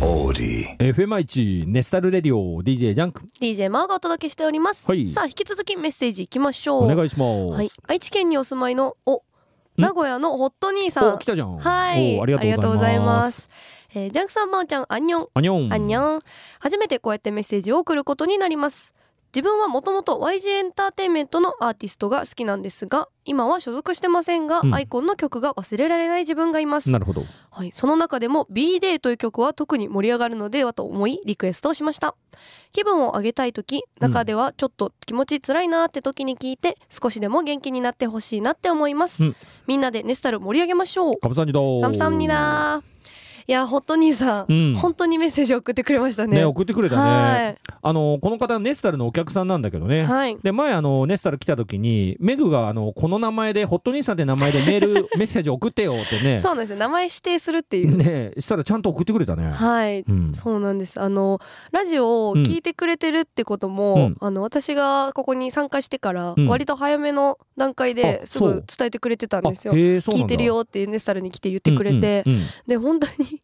body. FM1 ネスタルレディオ DJ ジャンク DJ マーがお届けしております、はいさあ引き続きメッセージいきましょうお願いします、はい、愛知県にお住まいのお名古屋のホット兄さおん来たじゃんはいおありがとうございますありがとうございますえージャンクさんまおちゃんあんにょんあにょんあんにょん初めてこうやってメッセージを送ることになります自分はもともと YG エンターテインメントのアーティストが好きなんですが今は所属してませんが、うんアイコンの曲が忘れられない自分がいますなるほどはい、その中でも B-Day という曲は特に盛り上がるのではと思いリクエストをしました気分を上げたい時中ではちょっと気持ち辛いなーって時に聞いて少しでも元気になってほしいなって思います、うんみんなでネスタル盛り上げましょうカムサンニだカムサンニだーいやホット兄さん、うん本当にメッセージ送ってくれましたねね送ってくれたねあのこの方ネスタルのお客さんなんだけどね、はい、はい、で前あのネスタル来た時にメグがあのこの名前でホット兄さんって名前でメール メッセージ送ってよってねそうなんですよ名前指定するっていう、ねしたらちゃんと送ってくれたね、はいうん、そうなんですあのラジオを聞いてくれてるってことも、うんあの私がここに参加してからうん割と早めの段階あですそうぐ伝えてくれてたんあですよ。へえそう聞なんだいてるよってネスタルに来て言ってくれて、うんうんうんで本当に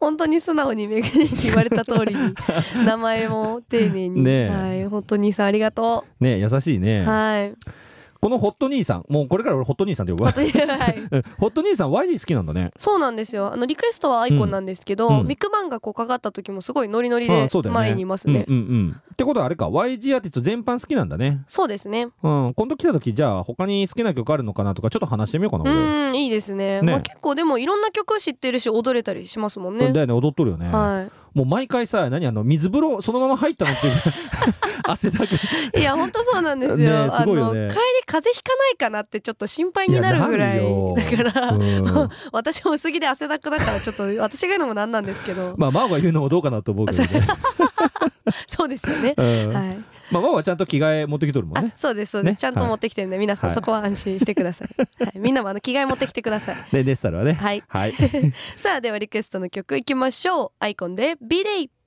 本当に素直にめぐに言われた通り に名前も丁寧に、ねえはい本当にさんありがと、ね優しいうねはいこのホット兄さんもうこれから俺ホット兄さんで呼ぶ本当に はいうんホット兄さん YG 好きなんだねそうなんですよあのリクエストはアイコンなんですけど、うんミックバンがこうかかった時もすごいノリノリあであそうだよね前にいますねうんうんうんってことはあれか YG アーティスト全般好きなんだねそうですねうん今度来た時じゃあ他に好きな曲あるのかなとかちょっと話してみようかなう俺ーんいいですねねまあ、結構でもいろんな曲知ってるし踊れたりしますもんねだよね踊っとるよね、はもう毎回さ何あの水風呂そのまま入ったの っていう汗だく い、いや本当そうなんですよねえすごいよあの帰ねり風邪ひかないかなってちょっと心配になるぐらいやなるよだから、 うん私も薄着で汗だくだからちょっと私が言うのもなんなんですけど、まあ真央が言うのもどうかなと思うけどね、そうですよね、うんはい、まあ真央はちゃんと着替え持ってきとるもんあねそうですそうです、ねちゃんと持ってきてるんで皆さん、はいそこは安心してください、はい、みんなもあの着替え持ってきてくださいでネスタルはねはいはいさあではリクエストの曲いきましょうアイコンで B-Day